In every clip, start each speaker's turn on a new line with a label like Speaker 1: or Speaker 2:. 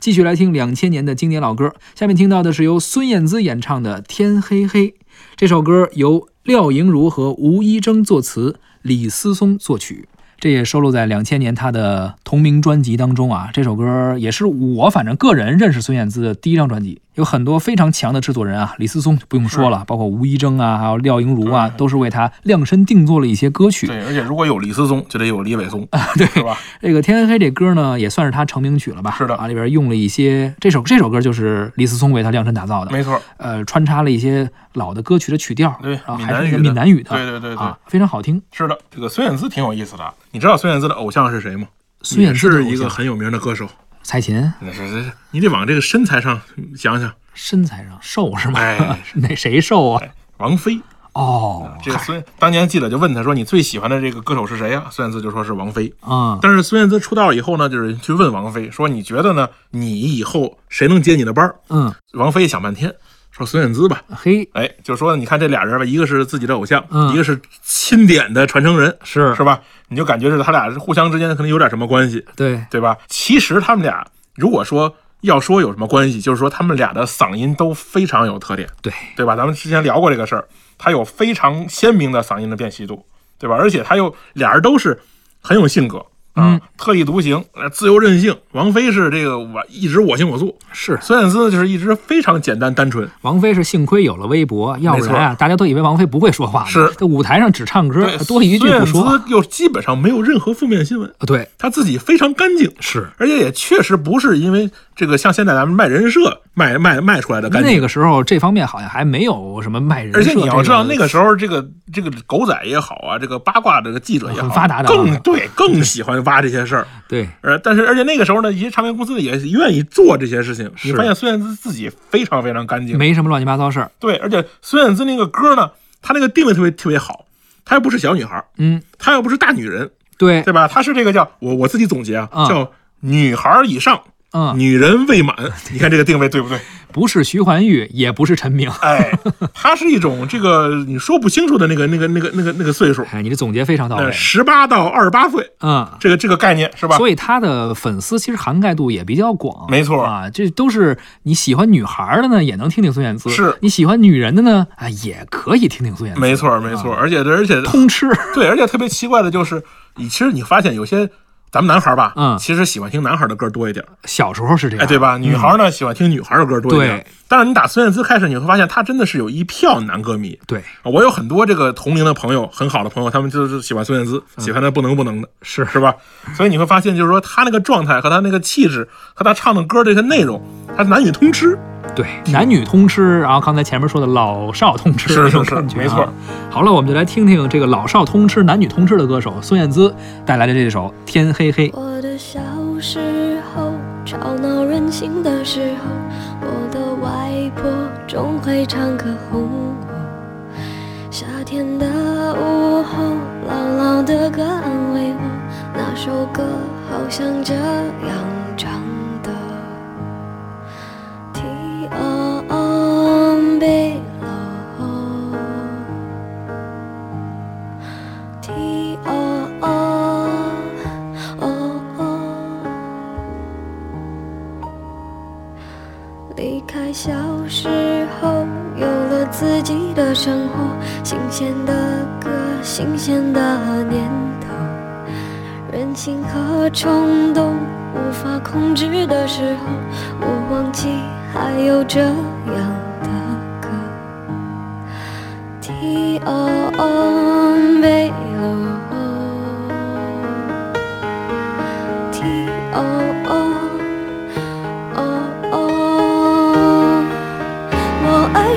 Speaker 1: 继续来听两千年的经典老歌，下面听到的是由孙燕姿演唱的《天黑黑》。这首歌由廖莹如和吴一征作词，李思松作曲。这也收录在两千年他的同名专辑当中啊。这首歌也是我反正个人认识孙燕姿的第一张专辑，有很多非常强的制作人啊，李思松就不用说了，包括吴一征啊，还有廖莹如啊，
Speaker 2: 对
Speaker 1: 都是为他量身定做了一些歌曲。
Speaker 2: 对，而且如果有李思松，就得有李伟松，
Speaker 1: 啊
Speaker 2: 对，是吧？
Speaker 1: 这个《天黑黑》这歌呢，也算是他成名曲了吧？
Speaker 2: 是的
Speaker 1: 啊，里边用了一些这首这首歌就是李思松为他量身打造的，
Speaker 2: 没错，
Speaker 1: 呃，穿插了一些老的歌曲的曲调，
Speaker 2: 对
Speaker 1: 然后
Speaker 2: 闽
Speaker 1: 还是一个
Speaker 2: 南语的
Speaker 1: 闽南语的，
Speaker 2: 对对对对
Speaker 1: 啊，非常好听。
Speaker 2: 是的。这个孙燕姿挺有意思的，你知道孙燕姿的偶像是谁吗？
Speaker 1: 孙燕姿的偶
Speaker 2: 也是
Speaker 1: 像
Speaker 2: 一个很有名的歌手，
Speaker 1: 蔡琴
Speaker 2: 那是是，你得往这个身材上想 想。
Speaker 1: 身材上瘦是吗？
Speaker 2: 哎
Speaker 1: 那谁瘦啊？
Speaker 2: 王菲，
Speaker 1: 哦，
Speaker 2: 这个孙当年记者就问他说：“你最喜欢的这个歌手是谁呀、孙燕姿就说是王菲。
Speaker 1: 啊、
Speaker 2: 但是孙燕姿出道以后呢，就是去问王菲说：“你觉得呢？你以后谁能接你的班儿
Speaker 1: 嗯？”
Speaker 2: 王菲想半天，说孙燕姿吧。
Speaker 1: 嘿，
Speaker 2: 哎，就说你看这俩人吧，一个是自己的偶像，
Speaker 1: 啊嗯
Speaker 2: 一个是钦点的传承人，
Speaker 1: 是
Speaker 2: 是吧？你就感觉是他俩是互相之间可能有点什么关系，
Speaker 1: 对，
Speaker 2: 对吧？其实他们俩如果说要说有什么关系，就是说他们俩的嗓音都非常有特点，
Speaker 1: 对，
Speaker 2: 对吧？咱们之前聊过这个事儿，他有非常鲜明的嗓音的辨析度，对吧？而且他又俩人都是很有性格啊，
Speaker 1: 嗯
Speaker 2: 特立独行，呃自由任性。王菲是这个我一直我行我素，
Speaker 1: 是
Speaker 2: 孙燕姿就是一直非常简单单纯，
Speaker 1: 王菲是幸亏有了微博，要不
Speaker 2: 没错
Speaker 1: 然啊，大家都以为王菲不会说话呢，
Speaker 2: 是
Speaker 1: 在舞台上只唱歌
Speaker 2: 对，，
Speaker 1: 多一句不说
Speaker 2: 孙
Speaker 1: 啊，
Speaker 2: 燕姿又基本上没有任何负面新闻，
Speaker 1: 对，
Speaker 2: 她自己非常干净，
Speaker 1: 是。
Speaker 2: 而且也确实不是因为这个像现在咱们卖人设卖卖卖出来的干净。
Speaker 1: 那个时候这方面好像还没有什么卖人设
Speaker 2: 而
Speaker 1: 这
Speaker 2: 且
Speaker 1: 个，
Speaker 2: 你要知道，那个时候这个这个狗仔也好啊，这个八卦这个记者也好，
Speaker 1: 很发达的啊
Speaker 2: 更对更喜欢挖这些事儿。
Speaker 1: 对
Speaker 2: 呃，但是而且那个时候呢，一些唱片公司也愿意做这些事情。你
Speaker 1: 是
Speaker 2: 发现孙燕姿自己非常非常干净，
Speaker 1: 没什么乱七八糟事儿，
Speaker 2: 对，而且孙燕姿那个歌呢，她那个定位特别特别好，她又不是小女孩儿，
Speaker 1: 嗯，
Speaker 2: 她又不是大女人，
Speaker 1: 对，
Speaker 2: 对吧？她是这个叫我我自己总结啊，
Speaker 1: 嗯
Speaker 2: 叫女孩儿以上，
Speaker 1: 嗯，
Speaker 2: 女人未满。你看这个定位对不对？
Speaker 1: 不是徐怀钰，也不是陈明。
Speaker 2: 哎，它是一种这个你说不清楚的那个那个那个那个那个岁数，
Speaker 1: 哎，你的总结非常到位
Speaker 2: 呃，，十八到二十八岁，
Speaker 1: 嗯。
Speaker 2: 这个这个概念是吧？
Speaker 1: 所以他的粉丝其实涵盖度也比较广，
Speaker 2: 没错
Speaker 1: 啊，这都是你喜欢女孩的呢，也能听听孙燕姿；
Speaker 2: 是
Speaker 1: 你喜欢女人的呢，啊，也可以听听孙燕姿。
Speaker 2: 没错没错，而且而且
Speaker 1: 通吃，
Speaker 2: 对，而且特别奇怪的就是，你其实你发现有些咱们男孩儿吧，
Speaker 1: 嗯
Speaker 2: 其实喜欢听男孩儿的歌多一点儿，
Speaker 1: 小时候是这样，
Speaker 2: 哎，对吧？女孩儿呢喜欢听女孩儿的歌多一点儿
Speaker 1: 对，
Speaker 2: 但是你打孙燕姿开始，你会发现她真的是有一票男歌迷。
Speaker 1: 对，
Speaker 2: 啊我有很多这个同龄的朋友，很好的朋友，他们就是喜欢孙燕姿，喜欢她不能不能的，
Speaker 1: 是
Speaker 2: 是吧？所以你会发现，就是说她那个状态和她那个气质和她唱的歌这些内容，她男女通吃。
Speaker 1: 对，男女通吃，然后刚才前面说的老少通吃
Speaker 2: 是
Speaker 1: 那种
Speaker 2: 是是
Speaker 1: 感觉、啊，
Speaker 2: 没错。
Speaker 1: 好了，我们就来听听这个老少通吃、男女通吃的歌手孙燕姿带来的这首《天黑黑》。
Speaker 3: 我的小时候，吵闹任性的时候，我的外婆总会唱歌哄我。夏天的午后，姥姥的歌安慰我，那首歌好像这样唱的：T O M B L。T O O O 哦 O。离开小时候，有了自己的生活，新鲜的歌，新鲜的念头，任性和冲动无法控制的时候，我忘记还有这样的歌。T O O 没了，T O O O O，我爱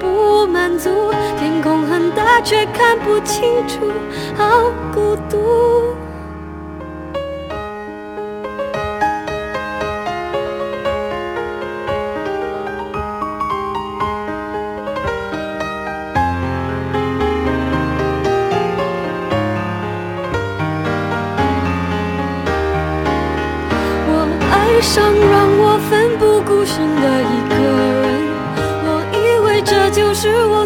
Speaker 3: 不满足。天空很大，却看不清楚，好孤独。生的一个人。我以为这就是我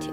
Speaker 3: 天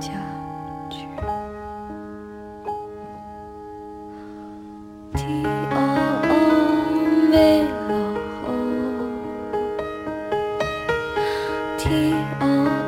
Speaker 3: 家去。T O O V O O T O O